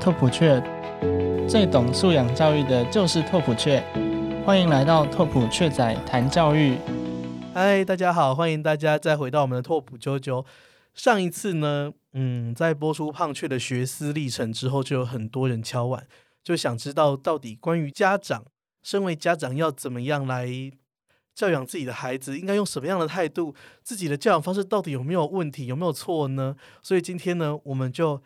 拓普雀，最懂素养教育的就是拓普雀。欢迎来到拓普雀仔谈教育。嗨，大家好，欢迎大家再回到我们的拓普啾啾。上一次呢，嗯，在播出胖雀的学思历程之后，就有很多人敲碗，就想知道到底关于家长，身为家长要怎么样来教养自己的孩子，应该用什么样的态度，自己的教养方式到底有没有问题，有没有错呢？所以今天呢，我们就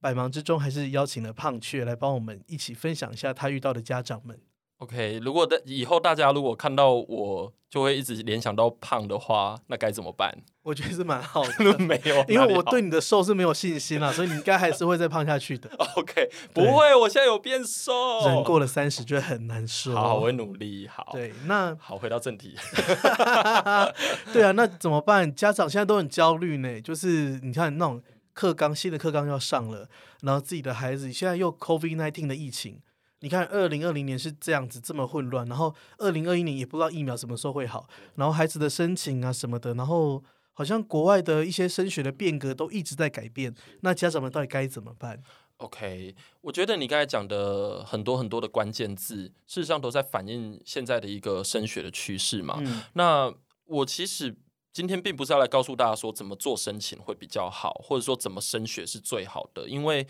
百忙之中还是邀请了胖雀来帮我们一起分享一下他遇到的家长们。 OK，如果的以后大家如果看到我就会一直联想到胖的话，那该怎么办？ 我觉得是蛮好的，没有，因哪为里我好对你的瘦是没有信心啦，所以你应该还是会再胖下 去的。 OK 不对会，我现在有变瘦，人过了三十就会很难说。哦好，我会努力。好，，对，那好，回到正题。对啊，那怎么办？家长现在都很焦虑呢，就是你看那种课纲新的课纲要上了，然后自己的孩子现在又 COVID nineteen 的疫情。你看，二零二零年是这样子，这么混乱，然后二零二一年也不知道疫苗什么时候会好，然后孩子的申请啊什么的，然后好像国外的一些升学的变革都一直在改变，那家长们到底该怎么办？ OK，我觉得你刚才讲的很多很多的关键字，事实上都在反映现在的一个升学的趋势嘛。嗯那我其实今天并不是要来告诉大家说怎么做申请会比较好，或者说怎么升学是最好的，因为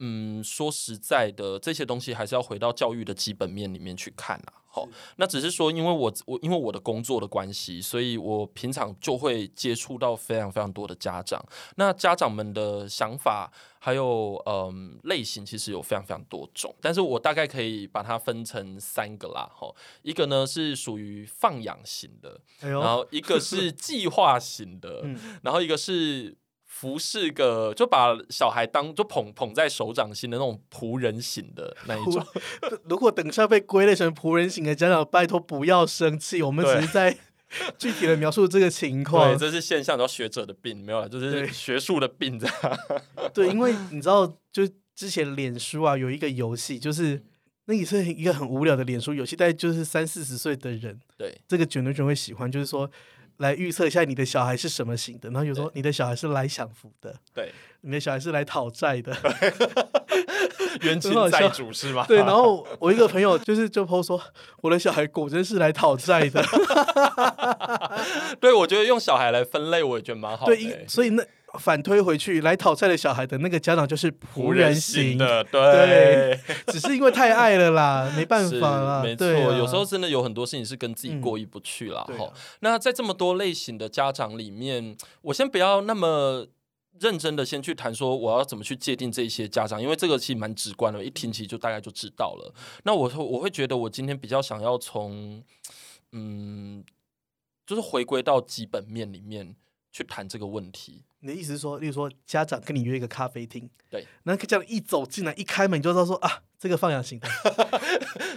嗯，说实在的，这些东西还是要回到教育的基本面里面去看啊。好，那只是说，因为我我因为我的工作的关系，所以我平常就会接触到非常非常多的家长。那家长们的想法还有嗯类型，其实有非常非常多种，但是我大概可以把它分成三个啦。吼，一个呢是属于放养型的，哎呦然，后一 个是计划型的，嗯然后一个是服侍个，就把小孩当就捧捧在手掌心的那种仆人型的那一 种。如果等下被归类成仆人型的家长，拜托不要生气，我们对只是 在具体的描述这个情对，况。这是现象，叫学者的病，没有啦，就是对学术的病这样。对，因为你知道，就之前脸书啊有一个游戏，就是那也是一个很无聊的脸书游戏，但就是三四十岁的人， 对，这个卷卷卷会喜欢，就是说来预测一下你的小孩是什么型的，然后有时候你的小孩是来享福 的，对，你的小孩是来讨债的，冤亲很好债笑主是吗？对，然后我一个朋友就是就 PO 说，我的小孩果真是来讨债的。 对，我觉得用小孩来分类，我也觉得蛮好的对，欸、因所以那反推回去，来讨债的小孩的那个家长就是仆仆人型型，的，对对，只是因为太爱了 啦，没办是法啦，没错，对啊嗯有时候真的有很多事情是跟自己过意不去啦。对啊哈、那在这么多类型的家长里面，我先不要那么。认真的先去谈说我要怎么去界定这些家长，因为这个其实蛮直观的，一嗯听其实就大概就知道了。那我我会觉得我今天比较想要从，嗯，就是回归到基本面里面去谈这个问题。 你的意思是说，例如说家长跟你约一个咖啡厅，对，那个家长一走进来一开门你就知道说啊，这个放养型的，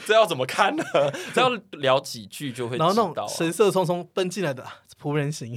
这要怎么看呢？ 这要聊几句就会知道然啊、后那种神色匆匆奔进来的、啊、仆人型，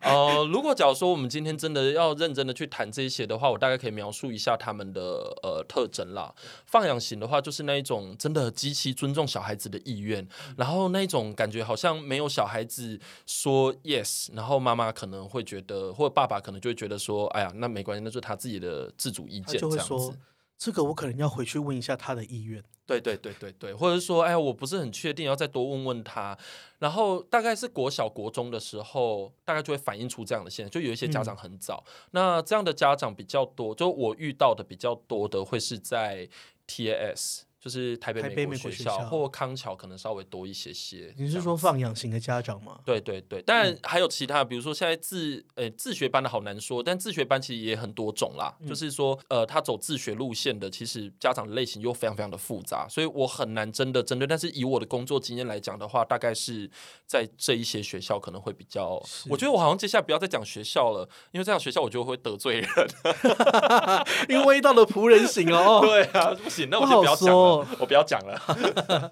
呃，如果假如说我们今天真的要认真的去谈这一些的话，我大概可以描述一下他们的呃特征啦。放养型的话，就是那一种真的极其尊重小孩子的意愿，然后那一种感觉好像没有小孩子说 yes，然后妈妈可能会觉得，或者爸爸可能就会觉得说，哎呀，那没关系，那就是他自己的自主意他见，就会这样说子。这个我可能要回去问一下他的意愿。对对对对对，或者是说，哎呀，我不是很确定，要再多问问他。然后大概是国小、国中的时候，大概就会反映出这样的现象，就有一些家长嗯很早。那这样的家长比较多，就我遇到的比较多的会是在 TAS，就是台北台美北国美学国学校校或康桥，可能稍微多一些些。你这是样说子放养型的家长吗？对对对，嗯但还有其他，比如说现在自呃自学班的好难说，但自学班其实也很多种啦。嗯就是说，呃，他走自学路线的，其实家长的类型又非常非常的复杂，所以我很难真的针对。但是以我的工作经验来讲的话，大概是在这一些学校可能会比较。我觉得我好像接下来不要再讲学校了，因为这样学校我就会得罪人。因为到了仆人型了 哦。对啊，不行，那我不先好不要讲说了，我不要讲了。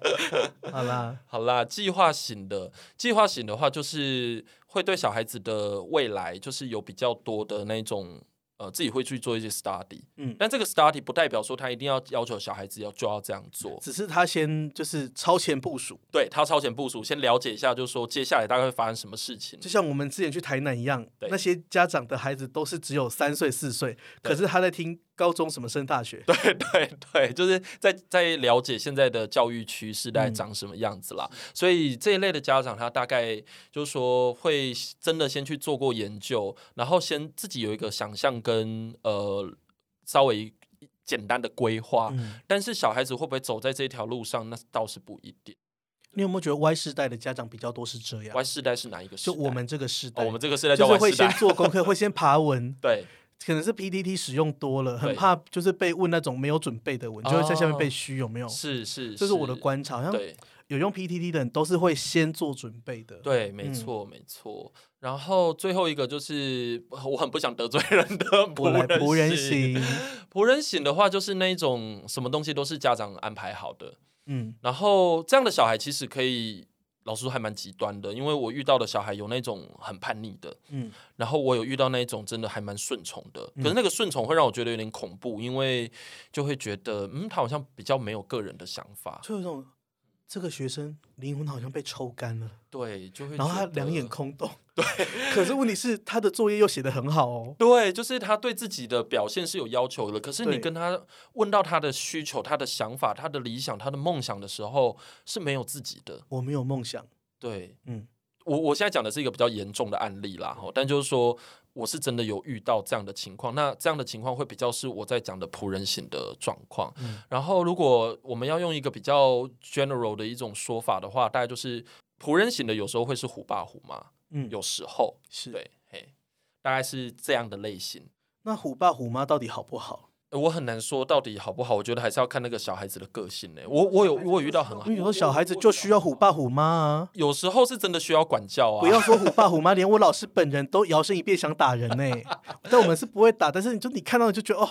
好啦，好啦，计划型的，计划型的话，就是会对小孩子的未来，就是有比较多的那种。呃，自己会去做一些 study，嗯但这个 study 不代表说他一定要要求小孩子要就要这样做，只是他先就是超前部署，对他超前部署，先了解一下，就是说接下来大概会发生什么事情就，像我们之前去台南一样对，那些家长的孩子都是只有三岁四岁，对可是他在听高中什么升大学，对 对对，就是在在了解现在的教育趋势嗯大概长什么样子啦。所以这一类的家长，他大概就是说会真的先去做过研究，然后先自己有一个想象跟呃稍微简单的规划。嗯，但是小孩子会不会走在这条路上，那倒是不一定。你有没有觉得 Y 世代的家长比较多是这样？ Y 世代是哪一个世啊就代？我们这个世代，哦、我们这个世代叫就是 Y 会世先代。做功课，会先爬文，对，可能是 PPT 使用多了，很对哦怕就是被问那种没有准备的文，就会在下面被虚，有没有？是是，哦这是我的。观察，好像对有用 PPT 的人都是会先做准备的。，对，没嗯错、没错。然后最后一个就是 我很不想得罪人的 我仆来人仆人醒。行， 仆人醒的话，就是那一种什么东西都是家长安排好的，嗯，然后这样的小孩其实可以，老实说还蛮极端的，因为我遇到的小孩有那种很叛逆的，嗯，然后我有遇到那一种真的还蛮顺从的，嗯可是那个顺从会让我觉得有点恐怖，因为就会觉得，嗯，他好像比较没有个人的想法，就有一种这个学生灵魂好像被抽干了，对，就会，然后他两眼。空洞。 对，可是问题是他的作业又写得很好哦。对，就是他对自己的表现是有要求的，可是你对跟他问到他的需求、他的想法、他的理想、他的梦想的时候，是没有自己的。我没有梦想，对，嗯，我我现在讲的是一个比较严重的案例啦，哈，但就是说我是真的有遇到这样的情况，那这样的情况会比较是我在讲的仆人型的状况。嗯然后，如果我们要用一个比较 general 的一种说法的话，大概就是仆人型的有时候会是虎爸虎妈，嗯，有时候是。对，嘿，大概是这样的类型。那虎爸虎妈到底好不好？呃我很难说到底好不好，我觉得还是要看那个小孩子的个性呢、我我有我有遇到很好因为，有时候小孩子就需要虎爸虎妈啊。有时候是真的需要管教啊。 不要说虎爸虎妈，连我老师本人都摇身一变想打人呢、但我们是不会打，但是你就你看到你就觉得哦，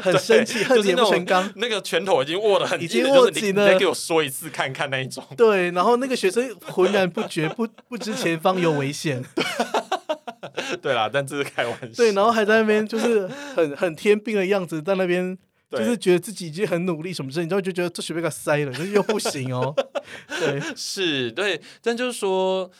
很生气，恨就是铁那不种成钢。那个拳头已经握得很已紧，经就是握你紧你了再给我说一次看看那一种。对，然后那个学生浑然不觉，不不知前方有危险。对啦，但这是啊开玩笑。对，然后还在那边就是很 很天兵的样子，在那边就对是觉得自己已经很努力什么之类，你知道就觉得这随便给他塞了，可是又不行哦。 对，是对，但就是说，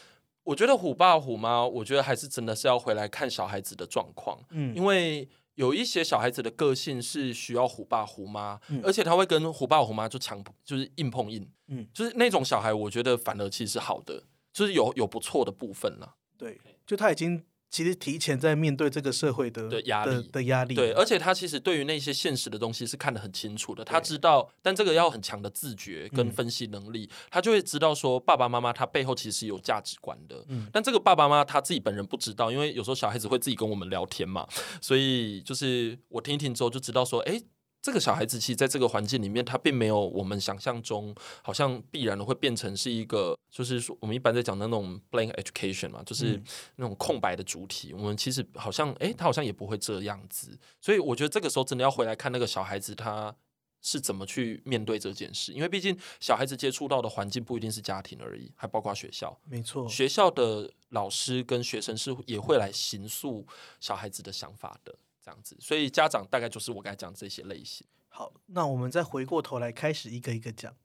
我觉得虎爸虎妈，我觉得还是真的是要回来看小孩子的状况，嗯因为。有一些小孩子的个性是需要虎爸虎妈，嗯而且他会跟虎爸虎妈就强，就是硬碰硬，嗯，就是那种小孩，我觉得反而其实是好的，就是有有不错的部分啦。对，就他已经其实提前在面对这个社会的对压的力的压力，对，而且他其实对于那些现实的东西是看得很清楚的，他对知道，但这个要很强的自觉跟嗯分析能力，他就会知道说爸爸妈妈他背后其实有价值观的。嗯但这个爸爸妈妈他自己本人不知道，因为有时候小孩子会自己跟我们聊天嘛，所以就是我听一听之后就知道说，哎、这个小孩子其实在这个环境里面，他并没有我们想象中好像必然的会变成是一个，就是说我们一般在讲的那种 blank education 嘛，就是嗯那种空白的主体。我们其实好像，哎，他好像也不会这样子。所以我觉得这个时候真的要回来看那个小孩子他是怎么去面对这件事，因为毕竟小孩子接触到的环境不一定是家庭而已，还包括学校。没错，学校的老师跟学生是也会来形塑小孩子的想法的，这样子。所以家长大概就是我刚才讲这些类型。好，那我们再回过头来开始一个一个讲。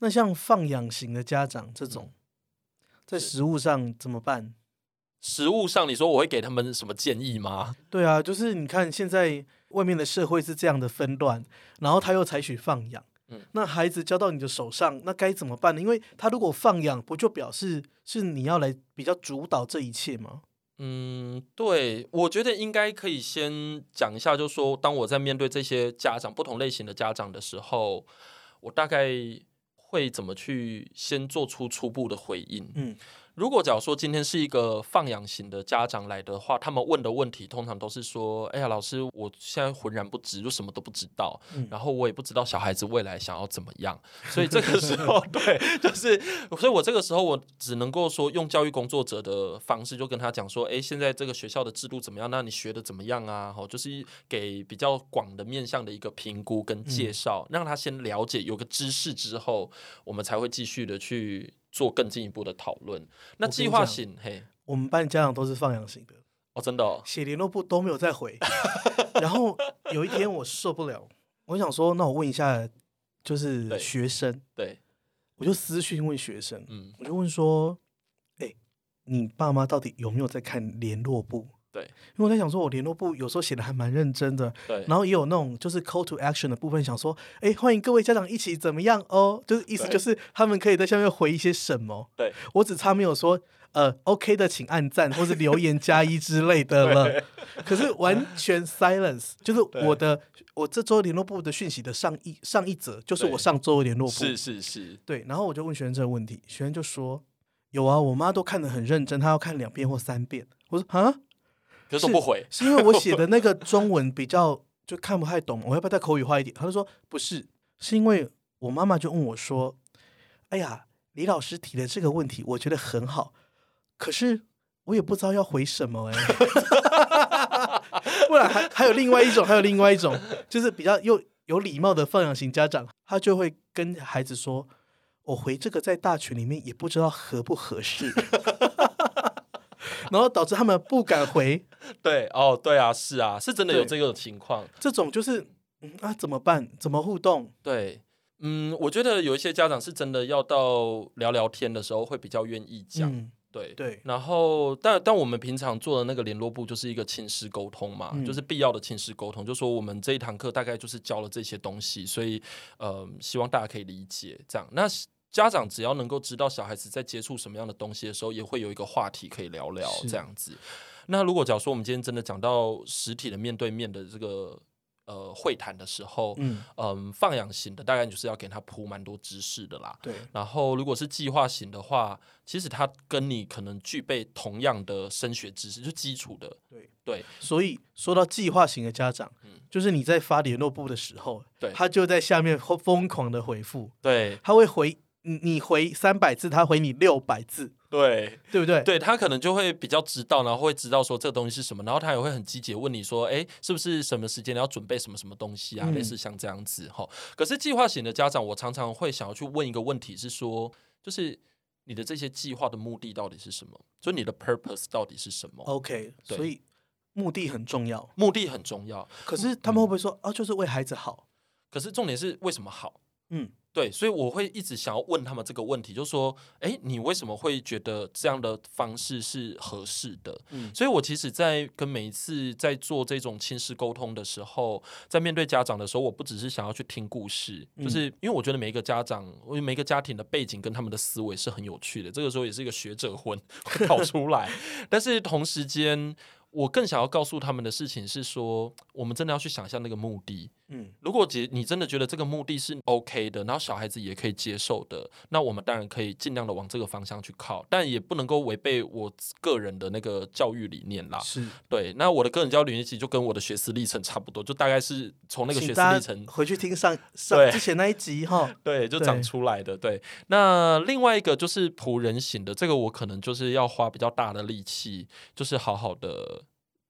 那像放养型的家长这种，在嗯是食物上怎么办？食物上，你说我会给他们什么建议吗？对啊，就是你看现在外面的社会是这样的纷乱，然后他又采取放养，嗯那孩子交到你的手上，那该怎么办呢？因为他如果放养，不就表示是你要来比较主导这一切吗？嗯，对，我觉得应该可以先讲一下，就是说，当我在面对这些家长不同类型的家长的时候，我大概会怎么去先做出初步的回应。嗯，如果假如说今天是一个放养型的家长来的话，他们问的问题通常都是说：“哎呀，老师，我现在浑然不知，就什么都不知道，嗯然后我也不知道小孩子未来想要怎么样。”所以这个时候，对，就是，所以我这个时候我只能够说用教育工作者的方式，就跟他讲说：“哎，现在这个学校的制度怎么样？那你学的怎么样啊？哦，就是给比较广的面向的一个评估跟介绍，让他先了解有个知识之后，我们才会继续的去。”做更进一步的讨论，那我跟计你划讲型，嘿，我们班家长都是放养型的，哦，真的、哦，写联络簿都没有再 回。然后有一天我受不了，我想说，那我问一下，就是对学生，对，我就私讯问学生，嗯，我就问说，哎、你爸妈到底有没有在看联络簿？对因为我在想说，我联络部有时候写的还蛮认真的，对，然后也有那种就是 call to action 的部分，想说，哎，欢迎各位家长一起怎么样哦？就是意思对就是他们可以在下面回一些什么。对我只差没有说，呃，OK 的请按赞或是留言加一之类的了。可是完全 silence，就是我的我这周联络部的讯息的上一上一则，就是对我上周的联络部是是是，对，然后我就问学生这个问题，学生就说。有啊，我妈都看得很认真，她要看两遍或三遍。我说啊，可是我不回，是因为我写的那个中文比较就看不太懂，我要不要再口语化一点？他就说不是，是因为我妈妈就问我说：“哎呀，李老师提的这个问题，我觉得很好，可是我也不知道要回什么哎、 不然还还有另外一种，还有另外一种，就是比较又有礼貌的放养型家长，他就会跟孩子说：“我回这个在大群里面也不知道合不合适。” 然后导致他们不敢回，对哦，对啊，是啊，是真的有对这个情况。这种就是嗯啊，怎么办？怎么互动？对，嗯，我觉得有一些家长是真的要到聊聊天的时候会比较愿意讲，嗯，对。对，然后，但但我们平常做的那个联络部就是一个亲师沟通嘛，嗯就是必要的亲师沟通，就说我们这一堂课大概就是教了这些东西，所以呃，希望大家可以理解这样。那家长只要能够知道小孩子在接触什么样的东西的时候，也会有一个话题可以聊聊是这样子。那如果假如说我们今天真的讲到实体的面对面的这个呃会谈的时候，嗯，嗯，放养型的大概就是要给他铺蛮多知识的啦。对，然后，如果是计划型的话，其实他跟你可能具备同样的升学知识，就基础的。对对所以说到计划型的家长，就是你在发联络部的时候，嗯对他就在下面疯疯狂的回复，对他会回你你回三百字，他回你六百字，对 对不对？对，他可能就会比较知道，然后会知道说这个东西是什么，然后他也会很积极地问你说，哎，是不是什么时间你要准备什么什么东西啊？嗯类似像这样子哈。可是计划型的家长，我常常会想要去问一个问题，是说，就是你的这些计划的目的到底是什么？就你的 purpose 到底是什么？ ，OK，对所以目的很重要。目的很重要。可是他们会不会说啊，就是为孩子好？可是重点是为什么好？嗯，对，所以我会一直想要问他们这个问题，就说，哎，你为什么会觉得这样的方式是合适的？嗯所以我其实，在跟每一次在做这种亲师沟通的时候，在面对家长的时候，我不只是想要去听故事，就是因为我觉得每一个家长，因为每一个家庭的背景跟他们的思维是很有趣的，这个时候也是一个学者魂会跑出来，但是同时间。我更想要告诉他们的事情是说，我们真的要去想象那个目的，嗯，如果姐你真的觉得这个目的是 OK 的，然后小孩子也可以接受的，那我们当然可以尽量的往这个方向去靠，但也不能够违背我个人的那个教育理念啦。是。对，那我的个人教育理念其实就跟我的学思历程差不多，就大概是从那个请学思大家历程回去听上上对之前那一集哈，对，就 对长出来的。对，那另外一个就是仆人型的，这个我可能就是要花比较大的力气，就是好好的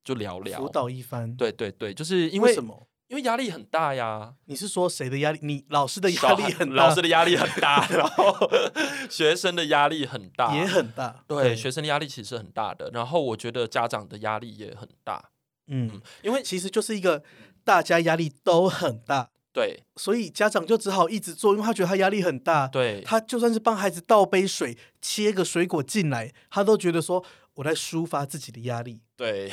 就聊聊辅。导一番。，对对对，就是因为为什么？因为压力很大呀，你是说谁的压力？你老师的压小力孩很大，老师的压力很 大，然后学生的压力很大，也很大。对，学生的压力其实是很大的。然后我觉得家长的压力也很大，嗯，因为其实就是一个大家压力都很大，对所以家长就只好一直做，因为他觉得他压力很大。，对他就算是帮孩子倒杯水、切个水果进来，他都觉得说我在抒发自己的压力。对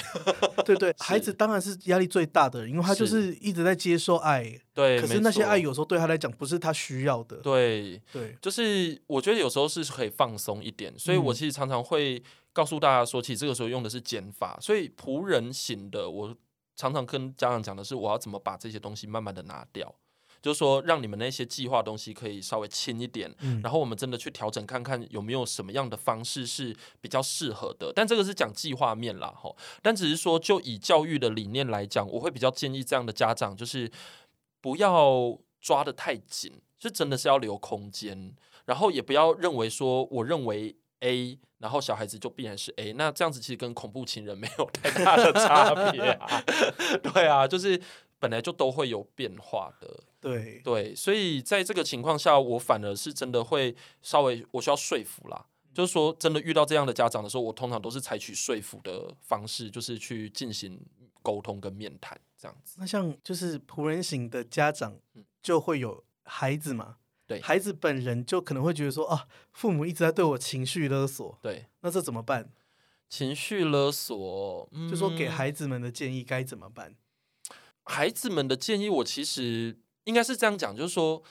对 对，孩子当然是压力最大的，因为他就是一直在接受爱，对，可没是那些错爱有时候对他来讲不是他需要的。对，对，就是我觉得有时候是可以放松一点，所以我嗯其实常常会告诉大家说，其实这个时候用的是减法，所以仆人型的我常常跟家长讲的是，我要怎么把这些东西慢慢的拿掉。就是说，让你们那些计划的东西可以稍微轻一点，嗯然后我们真的去调整看看有没有什么样的方式是比较适合的。但这个是讲计划面啦，吼。但只是说，就以教育的理念来讲，我会比较建议这样的家长就是不要抓得太紧，是真的是要留空间，然后也不要认为说我认为。A，然后小孩子就必然是 A，那这样子其实跟恐怖情人没有太大的差别、啊，对啊，就是本来就都会有变化的，对，对，所以在这个情况下，我反而是真的会稍微我需要说服啦。就是说，真的遇到这样的家长的时候，我通常都是采取说服的方式，就是去进行沟通跟面谈这样子。那像就是仆人型的家长嗯，就会有孩子嘛，对孩子本人就可能会觉得说啊，父母一直在对我情绪勒索，对，那这怎么办？情绪勒索，嗯、就说给孩子们的建议该怎么办？孩子们的建议，我其实应该是这样讲，就是说，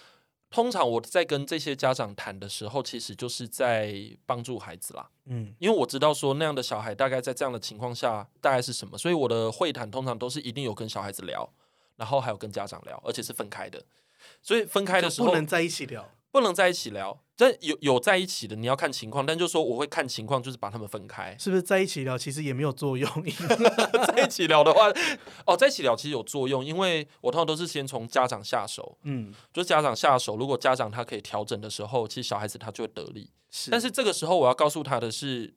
通常我在跟这些家长谈的时候，其实就是在帮助孩子啦，嗯因为我知道说那样的小孩大概在这样的情况下大概是什么，所以我的会谈通常都是一定有跟小孩子聊，然后还有跟家长聊，而且是分开的。所以分开的时候不能在一起聊。不能在一起聊，但有有在一起的你要看情况，但就说我会看情况，就是把他们分开。是不是在一起聊其实也没有作 用？在一起聊的话，哦，在一起聊其实有作用，因为我通常都是先从家长下手，嗯，就是家长下手，如果家长他可以调整的时候，其实小孩子他就会得力。是但是这个时候我要告诉他的是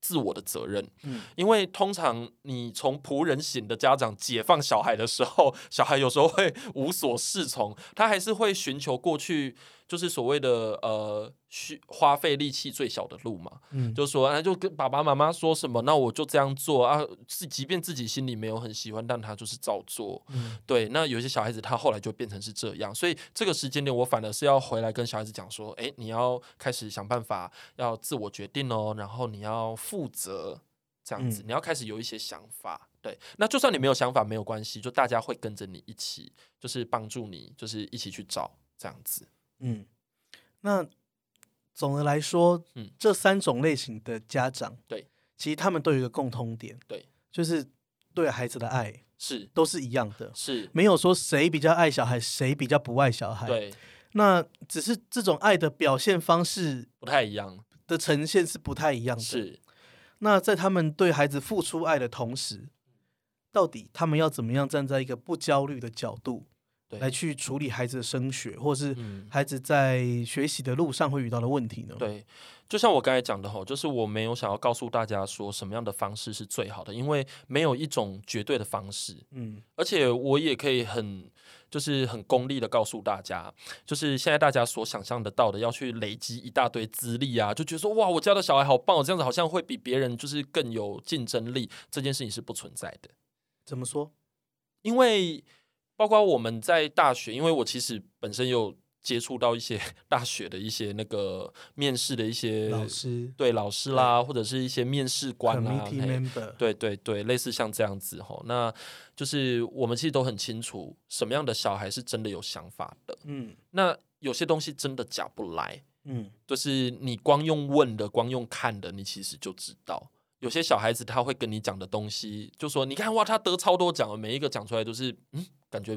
自我的责任，嗯因为通常你从仆人型的家长解放小孩的时候，小孩有时候会无所适从，他还是会寻求过去就是所谓的呃需花费力气最小的路嘛。嗯，就说，啊，就跟爸爸妈妈说什么，那我就这样做啊。是，即便自己心里没有很喜欢，但他就是照做。嗯对，那有些小孩子他后来就变成是这样，所以这个时间点，我反而是要回来跟小孩子讲说，诶，你要开始想办法，要自我决定哦，然后你要负责，这样子，嗯你要开始有一些想法。对，那就算你没有想法没有关系，就大家会跟着你一起，就是帮助你，就是一起去找这样子。嗯，那总的来说，嗯这三种类型的家长，对，其实他们都有一个共通点，对，就是对孩子的爱是都是一样的，是，没有说谁比较爱小孩，谁比较不爱小孩。，对，那只是这种爱的表现方式不太一样，的呈现是不太一样的。，是。那在他们对孩子付出爱的同时，到底他们要怎么样站在一个不焦虑的角度对来去处理孩子的升学，或是嗯孩子在学习的路上会遇到的问题呢？，对，就像我刚才讲的吼，就是我没有想要告诉大家说什么样的方式是最好的，因为没有一种绝对的方式，嗯而且我也可以很。就是很功利的告诉大家，就是现在大家所想象得到的，要去累积一大堆资历啊，就觉得说哇，我家的小孩好棒，哦我这样子好像会比别人就是更有竞争力，这件事情是不存在的。怎么说？因为包括我们在大学，因为我其实本身有接触到一些 大学的一些那个面试的一些老师对老师啦，或者是一些面试官啦， ，committee 啊嘿 member，对对对，类似像这样子吼，那就是我们其实都很清楚什么样的小孩是真的有想法的，嗯那有些东西真的假不来，嗯就是你光用问的，光用看的，你其实就知道。有些小孩子他会跟你讲的东西，就说你看哇，他得超多奖了，每一个讲出来都是嗯，感觉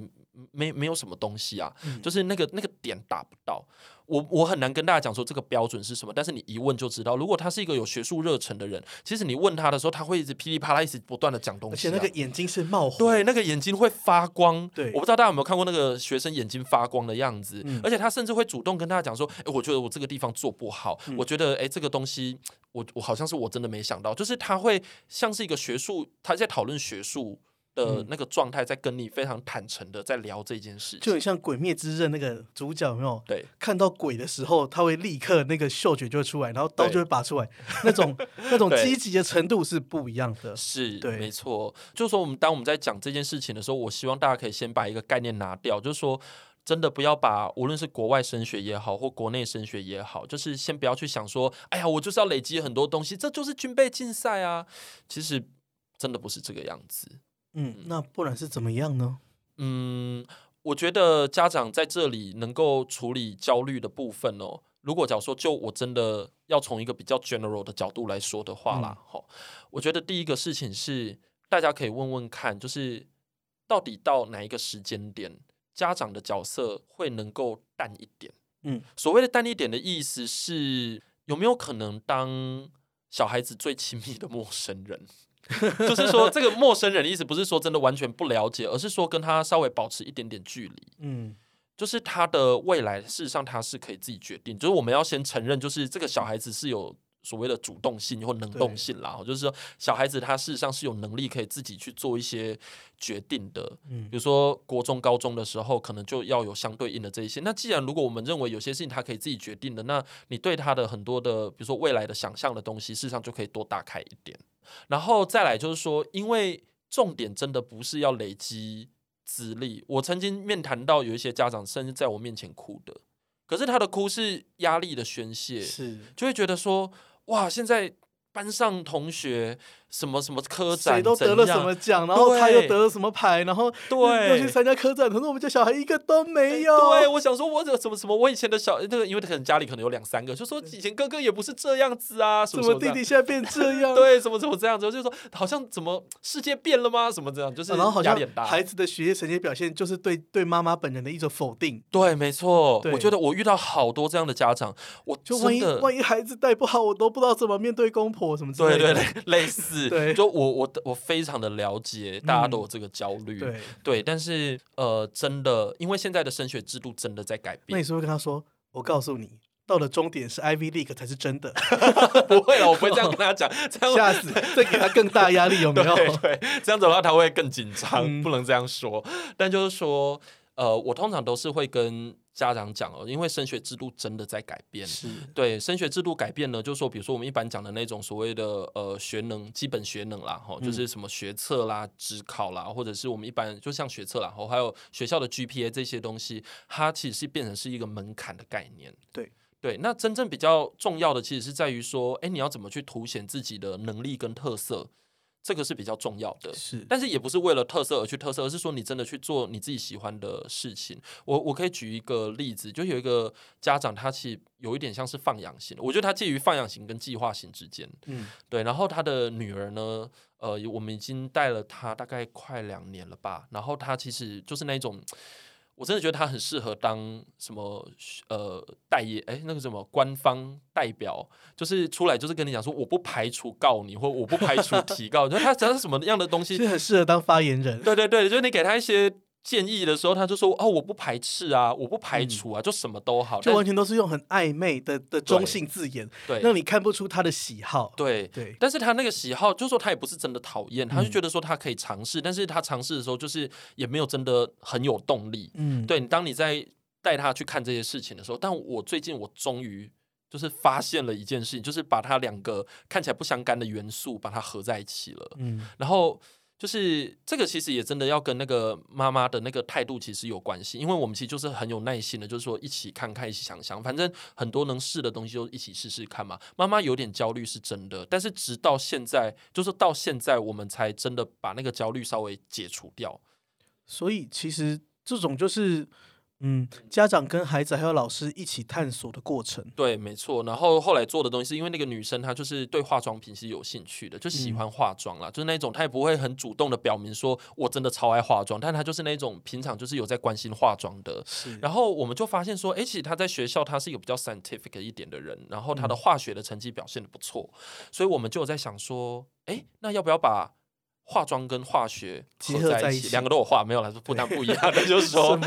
没没有什么东西啊，嗯就是那个那个点达不到。我我很难跟大家讲说这个标准是什么，但是你一问就知道。如果他是一个有学术热忱的人，其实你问他的时候，他会一直噼里啪啦一直不断的讲东而西、且啊，那个眼睛是冒火，，对，那个眼睛会发光。对我不知道大家有没有看过那个学生眼睛发光的样子，嗯而且他甚至会主动跟大家讲说：“哎、我觉得我这个地方做不好，嗯我觉得哎、诶这个东西我我好像是我真的没想到。”就是他会像是一个学术，他在讨论学术的嗯那个状态，在跟你非常坦诚的在聊这件事就情。很像《鬼灭之刃》那个主角有没有？对，看到鬼的时候，他会立刻那个嗅觉就会出来，然后刀对就会拔出来，那 种那种对积极的程度是不一样的。嗯是，对没错。就是说，我们当我们在讲这件事情的时候，我希望大家可以先把一个概念拿掉，就是说。真的不要把无论是国外升学也好，或国内升学也好，就是先不要去想说，哎呀，我就是要累积很多东西，这就是军备竞赛啊。其实真的不是这个样子。嗯，那不然是怎么样呢？嗯，我觉得家长在这里能够处理焦虑的部分哦。如果假如说就我真的要从一个比较 general 的角度来说的话啦，吼、我觉得第一个事情是大家可以问问看，就是到底到哪一个时间点，家长的角色会能够淡一点。嗯，所谓的淡一点的意思是，有没有可能当小孩子最亲密的陌生人？ 就是说，这个陌生人的意思不是说真的完全不了解，而是说跟他稍微保持一点点距离。嗯就是他的未来，事实上他是可以自己决定。就是我们要先承认，就是这个小孩子是有所谓的主动性或能动性啦。就是说，小孩子他事实上是有能力可以自己去做一些决定的。嗯比如说国中、高中的时候，可能就要有相对应的这一些。那既然如果我们认为有些事情他可以自己决定的，那你对他的很多的，比如说未来的想象的东西，事实上就可以多打开一点。然后再来就是说，因为重点真的不是要累积资历。我曾经面谈到有一些家长甚至在我面前哭的，可是他的哭是压力的宣泄，是就会觉得说，哇，现在班上同学什么什么科展谁都得了怎什样么奖，然后对他又得了什么牌，然后又对哎去参加科展，可是我们家小孩一个都没有。对，我想说，我怎什么什么，我以前的小那个，因为可能家里可能有两三个，就说以前哥哥也不是这样子啊，什怎么么弟弟现在变 这样？什么这样对，怎么怎么这样子，就是说好像怎么世界变了吗？什么这样，就是啊然后好压像力很大。孩子的学业成绩表现就是对对妈妈本人的一种否定。对，没错，对我觉得我遇到好多这样的家长，我就万真一的。万一孩子带不好，我都不知道怎么面对公婆什么之类的。对对 对，类似，对就我我我非常的了解，大家都有这个焦虑，对对，但是呃，真的，因为现在的升学制度真的在改那变你，是不是跟他说？我告诉你，到了终点是 Ivy League 才是 真的，不会了，我不 会这样跟他讲，这样吓死！再给他更大压力有没有？对对，这样子的话他会更紧张，嗯不能这样说。但就是说，呃，我通常都是会跟家长讲哦，因为升学制度真的在改变。是对升学制度改变呢，就是说，比如说我们一般讲的那种所谓的呃学能基本学能啦，哈，就是什么学测啦、职考啦，或者是我们一般就像学测啦，吼还有学校的 GPA 这些东西，它其实是变成是一个门槛的概念。对对，那真正比较重要的其实是在于说，哎，你要怎么去凸显自己的能力跟特色，这个是比较重要 的。是，但是也不是为了特色而去特色，而是说你真的去做你自己喜欢的事情。我我可以举一个例子，就有一个家长，他其实有一点像是放养型，我觉得他介于放养型跟计划型之间。嗯，对，然后他的女儿呢，呃，我们已经带了她大概快两年了吧，然后她其实就是那一种。我真的觉得她很适合当什么呃代言，哎，那个什么官方代表，就是出来就是跟你讲说，我不排除告你，或我不排除提告，就她只要是什么样的东西其，实很适合当发言人。对对对，就是你给他一些建议的时候，他就说哦，我不排斥啊，我不排除啊，就什么都好，嗯就但完全都是用很暧昧的的中性字眼，对让你看不出他的喜好。对。对，但是他那个喜好，就说他也不是真的讨厌，嗯他就觉得说他可以尝试，但是他尝试的时候，就是也没有真的很有动力。嗯，对你，当你在带他去看这些事情的时候，但我最近我终于就是发现了一件事情，就是把他两个看起来不相干的元素把它合在一起了。嗯，然后就是这个，其实也真的要跟那个妈妈的那个态度其实有关系，因为我们其实就是很有耐心的，就是说一起看看，一起想想，反正很多能试的东西就一起试试看嘛。妈妈有点焦虑是真的，但是直到现在，就是到现在我们才真的把那个焦虑稍微解除掉。所以其实这种就是，嗯，家长跟孩子还有老师一起探索的过程。对，没错。然后后来做的东西，是因为那个女生她就是对化妆品是有兴趣的，就喜欢化妆啦，就是那种她也不会很主动的表明说我真的超爱化妆，但她就是那种平常就是有在关心化妆的，是然后我们就发现说，诶，其实他在学校他是一个比较 scientific 一点的人，然嗯后他的化学的成绩表现的不错，所以我们就有在想说，诶，那要不要把化妆跟化学结合合在一一起两个都有化，没有啦，是不但不一样的，就是说，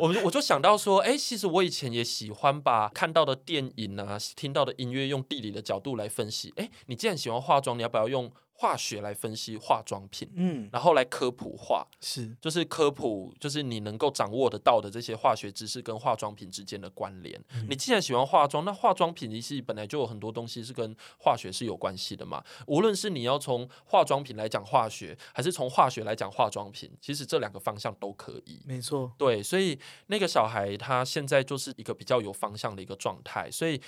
我们就我就想到说，诶，其实我以前也喜欢把看到的电影啊、听到的音乐用地理的角度来分析，诶，你既然喜欢化妆，你要不要用化学来分析化妆品，嗯，然后来科普化？是就是科普，就是你能够掌握得到的这些化学知识跟化妆品之间的关联。你既然喜欢化妆，那化妆品其实本来就有很多东西是跟化学是有关系的嘛。无论是你要从化妆品来讲化学，还是从化学来讲化妆品，其实这两个方向都可以。没错。对，所以那个小孩他现在就是一个比较有方向的一个状态，所以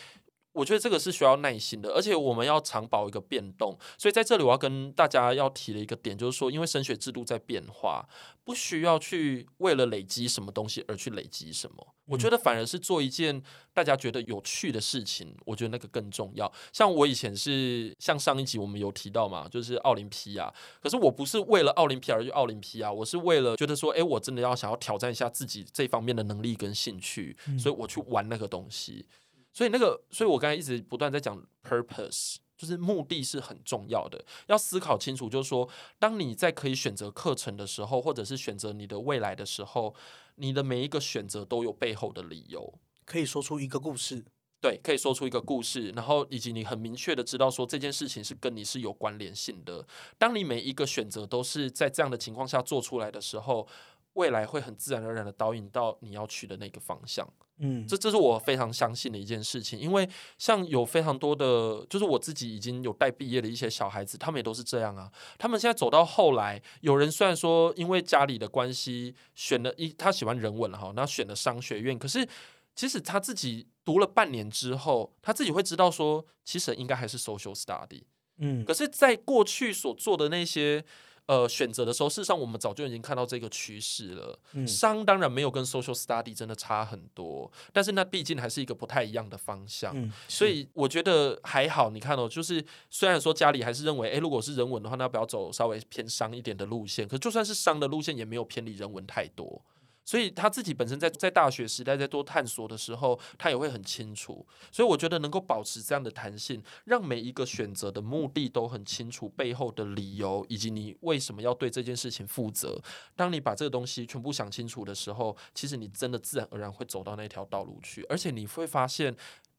我觉得这个是需要耐心的，而且我们要常保一个变动。所以在这里我要跟大家要提的一个点就是说，因为升学制度在变化，不需要去为了累积什么东西而去累积什么。我觉得反而是做一件大家觉得有趣的事情，我觉得那个更重要。像我以前是像上一集我们有提到嘛，就是奥林匹亚，可是我不是为了奥林匹亚而去奥林匹亚，我是为了觉得说，哎，我真的要想要挑战一下自己这方面的能力跟兴趣，所以我去玩那个东西。所以那个，所以我刚才一直不断在讲 purpose，就是目的是很重要的，要思考清楚。就是说，当你在可以选择课程的时候，或者是选择你的未来的时候，你的每一个选择都有背后的理由。可以说出一个故事，对，可以说出一个故事，然后以及你很明确的知道说这件事情是跟你是有关联性的。当你每一个选择都是在这样的情况下做出来的时候，未来会很自然而然的导引到你要去的那个方向。嗯，这这是我非常相信的一件事情，因为像有非常多的，就是我自己已经有带毕业的一些小孩子，他们也都是这样啊。他们现在走到后来，有人虽然说因为家里的关系选了一，他喜欢人文哈，那选了商学院，可是其实他自己读了半年之后，他自己会知道说，其实应该还是 social study。嗯可是，在过去所做的那些呃选择的时候，事实上我们早就已经看到这个趋势了。嗯商当然没有跟 social study 真的差很多，但是那毕竟还是一个不太一样的方向。嗯，啊所以我觉得还好，你看哦，就是虽然说家里还是认为，诶，如果是人文的话，那不要走稍微偏商一点的路线。可就算是商的路线，也没有偏离人文太多。所以他自己本身在在大学时代在多探索的时候，他也会很清楚。所以我觉得能够保持这样的弹性，让每一个选择的目的都很清楚，背后的理由以及你为什么要对这件事情负责。当你把这个东西全部想清楚的时候，其实你真的自然而然会走到那条道路去，而且你会发现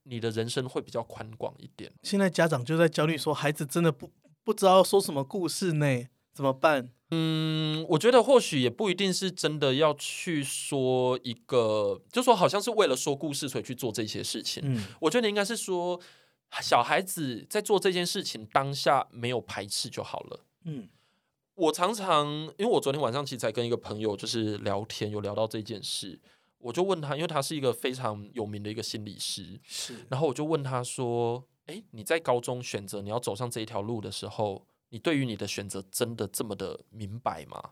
你的人生会比较宽广一点。现在家长就在焦虑说，孩子真的不不知道说什么故事呢，怎么办？嗯，我觉得或许也不一定是真的要去说一个，就说好像是为了说故事所以去做这些事情。嗯我觉得应该是说，小孩子在做这件事情当下没有排斥就好了。嗯我常常，因为我昨天晚上其实才跟一个朋友就是聊天，有聊到这件事，我就问他，因为他是一个非常有名的一个心理师，是，然后我就问他说：“诶，你在高中选择你要走上这一条路的时候，你对于你的选择真的这么的明白吗？”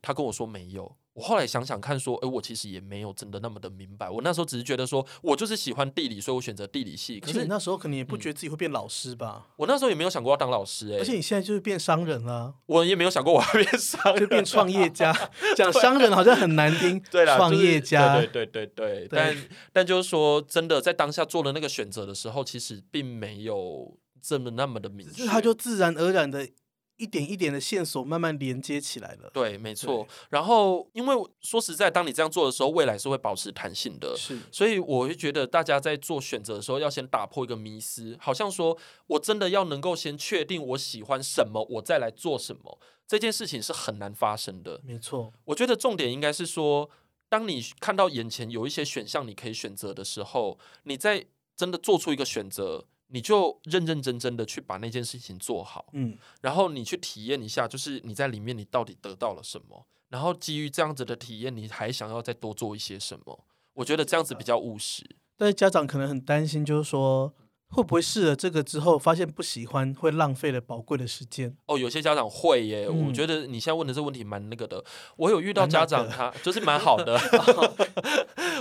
他跟我说没有。我后来想想看，说：“诶，我其实也没有真的那么的明白。我那时候只是觉得说，我就是喜欢地理，所以我选择地理系。可可是是嗯你那时候可能也不觉得自己会变老师吧，我那时候也没有想过要当老师、诶，而且你现在就是变商人了， 我也没有想过我要变商 就人，变创业 家。讲商人好像很难听，啊对啦，创就是业家对，对对对对，但但就是说，真的在当下做了那个选择的时候，其实并没有这么那么的明只确。是他就自然而然的一点一点的线索慢慢连接起来了。对，没错。然后，因为说实在，当你这样做的时候，未来是会保持弹性的。是，所以我会觉得大家在做选择的时候，要先打破一个迷思，好像说我真的要能够先确定我喜欢什么，我再来做什么，这件事情是很难发生的。没错，我觉得重点应该是说，当你看到眼前有一些选项你可以选择的时候，你在真的做出一个选择，你就认认真真的去把那件事情做好。嗯，然后你去体验一下，就是你在里面你到底得到了什么，然后基于这样子的体验，你还想要再多做一些什么？我觉得这样子比较务实。但是家长可能很担心，就是说会不会试了这个之后，发现不喜欢，会浪费了宝贵的时间。哦，有些家长会耶，嗯我觉得你现在问的这问题蛮那个的。我有遇到蛮家哪长个他，就是蛮好 的。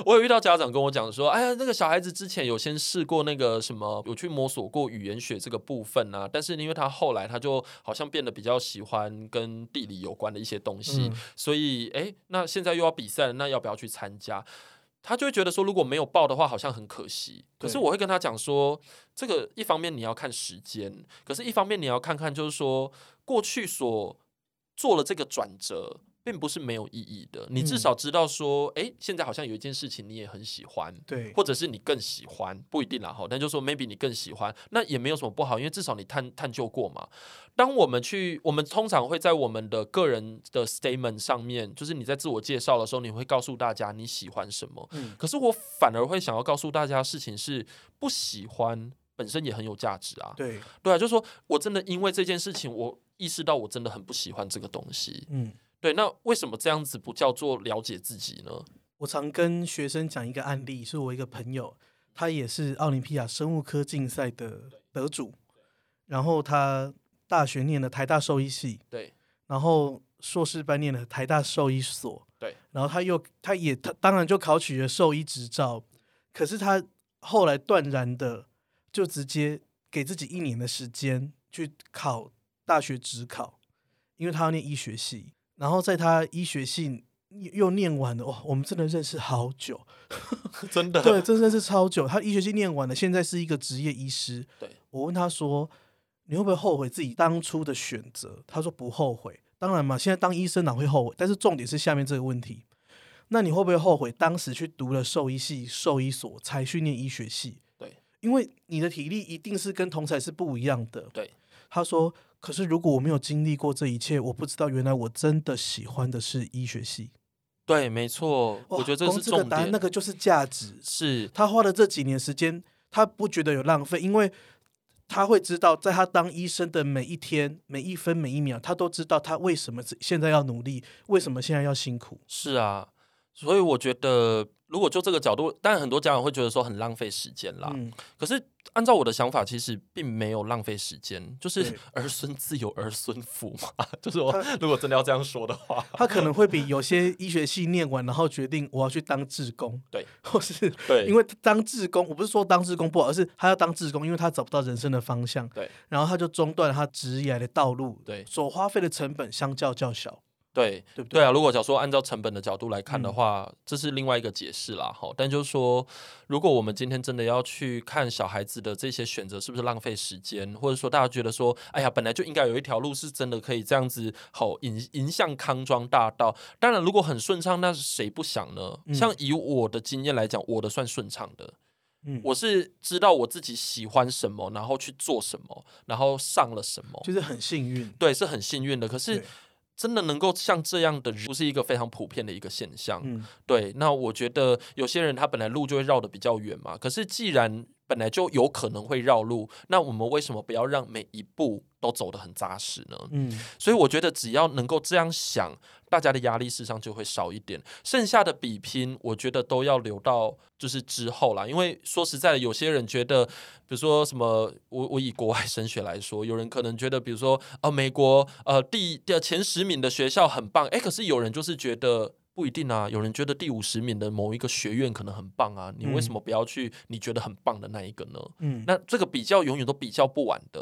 我有遇到家长跟我讲说，哎呀，那个小孩子之前有先试过那个什么，有去摸索过语言学这个部分啊，但是因为他后来他就好像变得比较喜欢跟地理有关的一些东西，嗯所以哎，那现在又要比赛了，那要不要去参加？他就会觉得说，如果没有报的话，好像很可惜。可是对我会跟他讲说，这个一方面你要看时间，可是一方面你要看看，就是说过去所做了这个转折，并不是没有意义的。你至嗯少知道说，诶，现在好像有一件事情你也很喜欢，对，或者是你更喜欢，不一定啦哈。但就说 maybe 你更喜欢，那也没有什么不好，因为至少你探探究过嘛。当我们去，我们通常会在我们的个人的 statement 上面，就是你在自我介绍的时候，你会告诉大家你喜欢什么。嗯可是我反而会想要告诉大家，事情是不喜欢本身也很有价值啊。对，对啊，就是说我真的因为这件事情，我意识到我真的很不喜欢这个东西。嗯，对，那为什么这样子不叫做了解自己呢？我常跟学生讲一个案例，是我一个朋友，他也是奥林匹亚生物科竞赛的得主，然后他大学念了台大兽医系，对，然后硕士班念了台大兽医所，对，然后他又他也他当然就考取了兽医执照，可是他后来断然的就直接给自己一年的时间去考大学职考，因为他要念医学系，然后在他医学系又又念完了，哇，我们真的认识好久，真 的对，真的是超久。他医学系念完了，现在是一个职业医师。对，我问他说：“你会不会后悔自己当初的选择？”他说：“不后悔。当然嘛，现在当医生哪会后悔？但是重点是下面这个问题：那你会不会后悔当时去读了兽医系、兽医所才去念医学系？对，因为你的体力一定是跟同才是不一样的。对，他说：“可是如果我没有经历过这一切，我不知道原来我真的喜欢的是医学系。对，没错，哇我觉得这光是这个重答案点。那个就是价值。是他花了这几年时间，他不觉得有浪费，因为他会知道，在他当医生的每一天、每一分、每一秒，他都知道他为什么现在要努力，为什么现在要辛苦。是啊，所以我觉得，如果就这个角度，但很多家长会觉得说很浪费时间啦。嗯，可是按照我的想法，其实并没有浪费时间，就对是儿孙自有儿孙福嘛。 就是我如果真的要这样说的话，他可能会比有些医学系念完，然后决定我要去当志工， 对，或是对因为当志工，我不是说当志工不好，而是他要当志工，因为他找不到人生的方向，对，然后他就中断了他职业的道路，对所花费的成本相较较小，对对不对对啊，如果假如说按照成本的角度来看的话，这是另外一个解释啦。哈，但就是说，如果我们今天真的要去看小孩子的这些选择是不是浪费时间，或者说大家觉得说，哎呀，本来就应该有一条路是真的可以这样子好迎迎向康庄大道。当然，如果很顺畅，那谁不想呢？嗯像以我的经验来讲，我的算顺畅的。嗯，我是知道我自己喜欢什么，然后去做什么，然后上了什么，就是很幸运，对，是很幸运的。可是对真的能够像这样的人，不是一个非常普遍的一个现象。嗯，对，那我觉得有些人他本来路就会绕得比较远嘛，可是既然本来就有可能会绕路，那我们为什么不要让每一步都走得很扎实呢？嗯，所以我觉得只要能够这样想，大家的压力事实上就会少一点。剩下的比拼，我觉得都要留到就是之后啦。因为说实在的，有些人觉得，比如说什么，我我以国外升学来说，有人可能觉得，比如说啊、美国呃第第前十名的学校很棒，诶，可是有人就是觉得。不一定啊，有人觉得第五十名的某一个学院可能很棒啊，你为什么不要去你觉得很棒的那一个呢？嗯，那这个比较永远都比较不完的，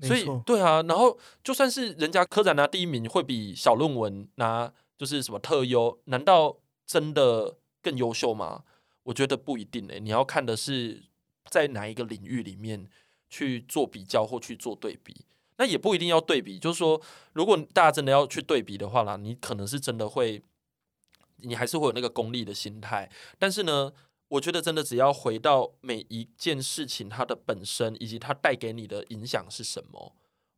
所没以错，对啊，然后就算是人家科展拿第一名，会比小论文拿就是什么特优，难道真的更优秀吗？我觉得不一定诶、欸你要看的是在哪一个领域里面去做比较或去做对比。那也不一定要对比，就是说，如果大家真的要去对比的话啦，你可能是真的会，你还是会有那个功利的心态。但是呢，我觉得真的只要回到每一件事情它的本身，以及它带给你的影响是什么，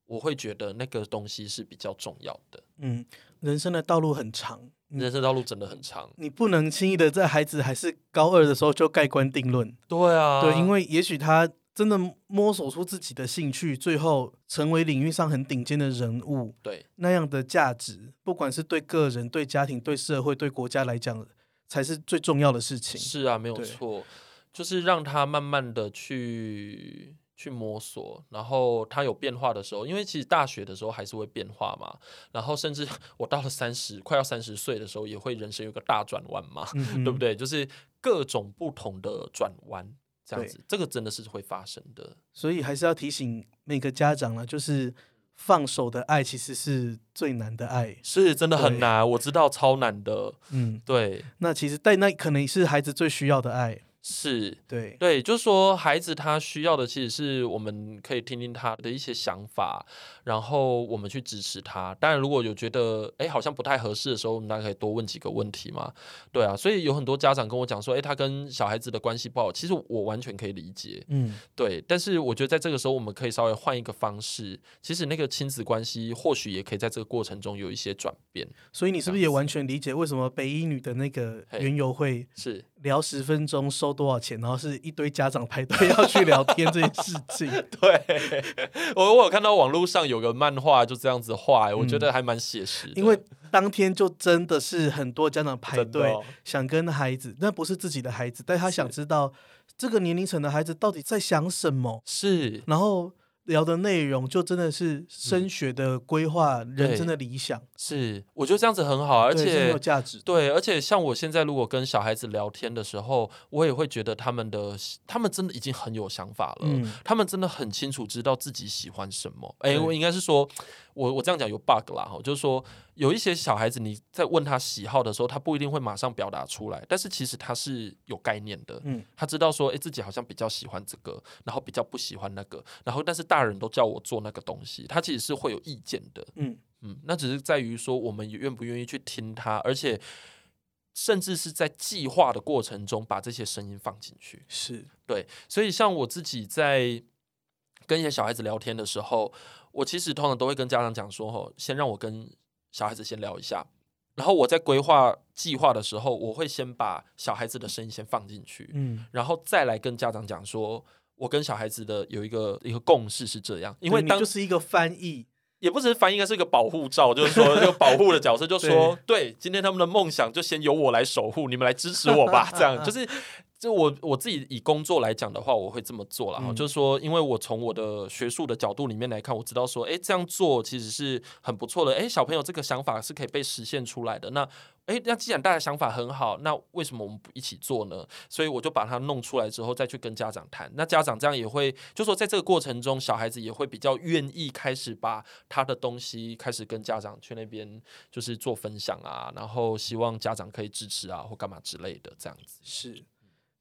我会觉得那个东西是比较重要的。嗯，人生的道路很长，你人生道路真的很长，你不能轻易的在孩子还是高二的时候就盖棺定论，对啊对，因为也许他真的摸索出自己的兴趣，最后成为领域上很顶尖的人物，对那样的价值，不管是对个人、对家庭、对社会、对国家来讲，才是最重要的事情。是啊，没有对错，就是让他慢慢的去去摸索，然后他有变化的时候，因为其实大学的时候还是会变化嘛，然后甚至 我到了三十快要三十岁的时候，也会人生有个大转弯嘛，嗯哼对不？对？就是各种不同的转弯，这样对子，这个真的是会发生的。所以还是要提醒每个家长了，就是放手的爱其实是最难的爱。是真的对很难，我知道超难的。嗯，对，那其实但那可能是孩子最需要的爱。是，对，对，就是说孩子他需要的其实是我们可以听听他的一些想法，然后我们去支持他。当然，如果有觉得哎好像不太合适的时候，我们大家可以多问几个问题嘛。对啊，所以有很多家长跟我讲说，哎，他跟小孩子的关系不好，其实我完全可以理解。嗯，对，但是我觉得在这个时候，我们可以稍微换一个方式，其实那个亲子关系或许也可以在这个过程中有一些转变。所以你是不是也完全理解为什么北医女的那个嘿园游会 是，聊十分钟收多少钱，然后是一堆家长排队要去聊天这件事情？ 对我我有看到网络上有个漫画就这样子画、哎我觉得还蛮写实的、嗯因为当天就真的是很多家长排真的队、哦想跟孩子，那不是自己的孩子，但他想知道这个年龄层的孩子到底在想什么，是然后聊的内容就真的是升学的规划、人生的理想，是，我觉得这样子很好，嗯而对是很有且价值的。对，而且像我现在如果跟小孩子聊天的时候，我也会觉得他们的他们真的已经很有想法了。嗯他们真的很清楚知道自己喜欢什么。哎、对我应该是说，我我这样讲有 bug 啦哈，就是说有一些小孩子你在问他喜好的时候，他不一定会马上表达出来，但是其实他是有概念的，嗯他知道说，哎、自己好像比较喜欢这个，然后比较不喜欢那个，然后但是大人都叫我做那个东西，他其实是会有意见的。嗯，嗯，那只是在于说我们愿不愿意去听他，而且甚至是在计划的过程中把这些声音放进去。是对，所以像我自己在跟一些小孩子聊天的时候，我其实通常都会跟家长讲说，吼，先让我跟小孩子先聊一下，然后我在规划计划的时候，我会先把小孩子的声音先放进去，嗯，然后再来跟家长讲说，我跟小孩子的有一个一个共识是这样，因因为为当当就是一个翻译，也不只是翻译，应该是一个保护罩，就是说这个保护的角色，就说对，今天他们的梦想就先由我来守护，你们来支持我吧，这样就是。就我我自己以工作来讲的话，我会这么做啦。嗯就是说，因为我从我的学术的角度里面来看，我知道说，诶，这样做其实是很不错的。诶，小朋友这个想法是可以被实现出来的。那诶，那既然大家想法很好，那为什么我们不一起做呢？所以我就把它弄出来之后，再去跟家长谈。那家长这样也会，就说在这个过程中，小孩子也会比较愿意开始把他的东西开始跟家长去那边就是做分享啊，然后希望家长可以支持啊，或干嘛之类的这样子。是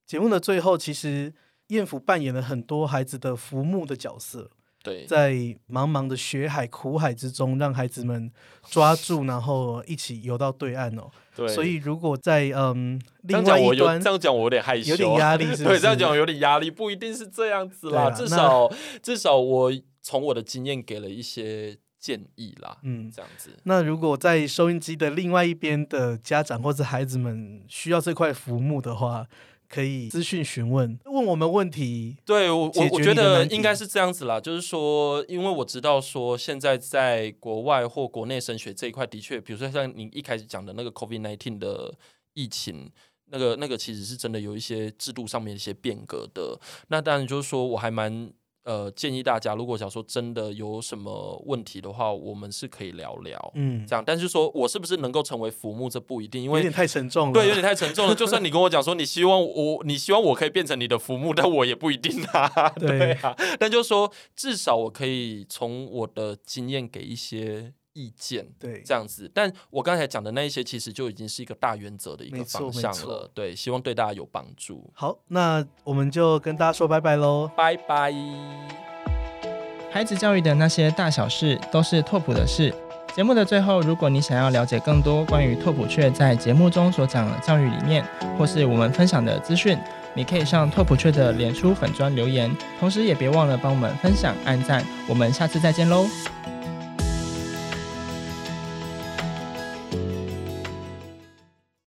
节目的最后，其实燕府扮演了很多孩子的浮木的角色，对，在茫茫的雪海、苦海之中，让孩子们抓住，然后一起游到对岸哦。对所以，如果在嗯另这样外讲我一有端这，样讲我有点害羞，有啊点压力是不是，对，这样讲有点压力，不一定是这样子对啦啦。啊至少至少我从我的经验给了一些建议啦，嗯。这样子。那如果在收音机的另外一边的家长或者孩子们需要这块浮木的话，可以私讯询问，问我们问题。对我解我决我觉你的得难题应该是这样子啦，就是说，因为我知道说现在在国外或国内升学这一块，的确，比如说像你一开始讲的那个 COVID nineteen 的疫情。那个那个其实是真的有一些制度上面一些变革的，那当然就是说我还蛮呃建议大家，如果想说真的有什么问题的话，我们是可以聊聊、嗯，这样，但是说我是不是能够成为浮木这不一定，因有为点太沉重了。对，有点太沉重了。就算你跟我讲说你希望我，你希望我可以变成你的浮木，但我也不一定啊。 对对啊，但就是说至少我可以从我的经验给一些意见。对，这样子，但我刚才讲的那一些，其实就已经是一个大原则的一个没错方没向错了。对，希望对大家有帮助。好，那我们就跟大家说拜拜喽。拜拜。孩子教育的那些大小事都是拓普的事。节目的最后，如果你想要了解更多关于拓普雀在节目中所讲的教育理念，或是我们分享的资讯，你可以上拓普雀的脸书粉砖留言，同时也别忘了帮我们分享、按赞。我们下次再见喽！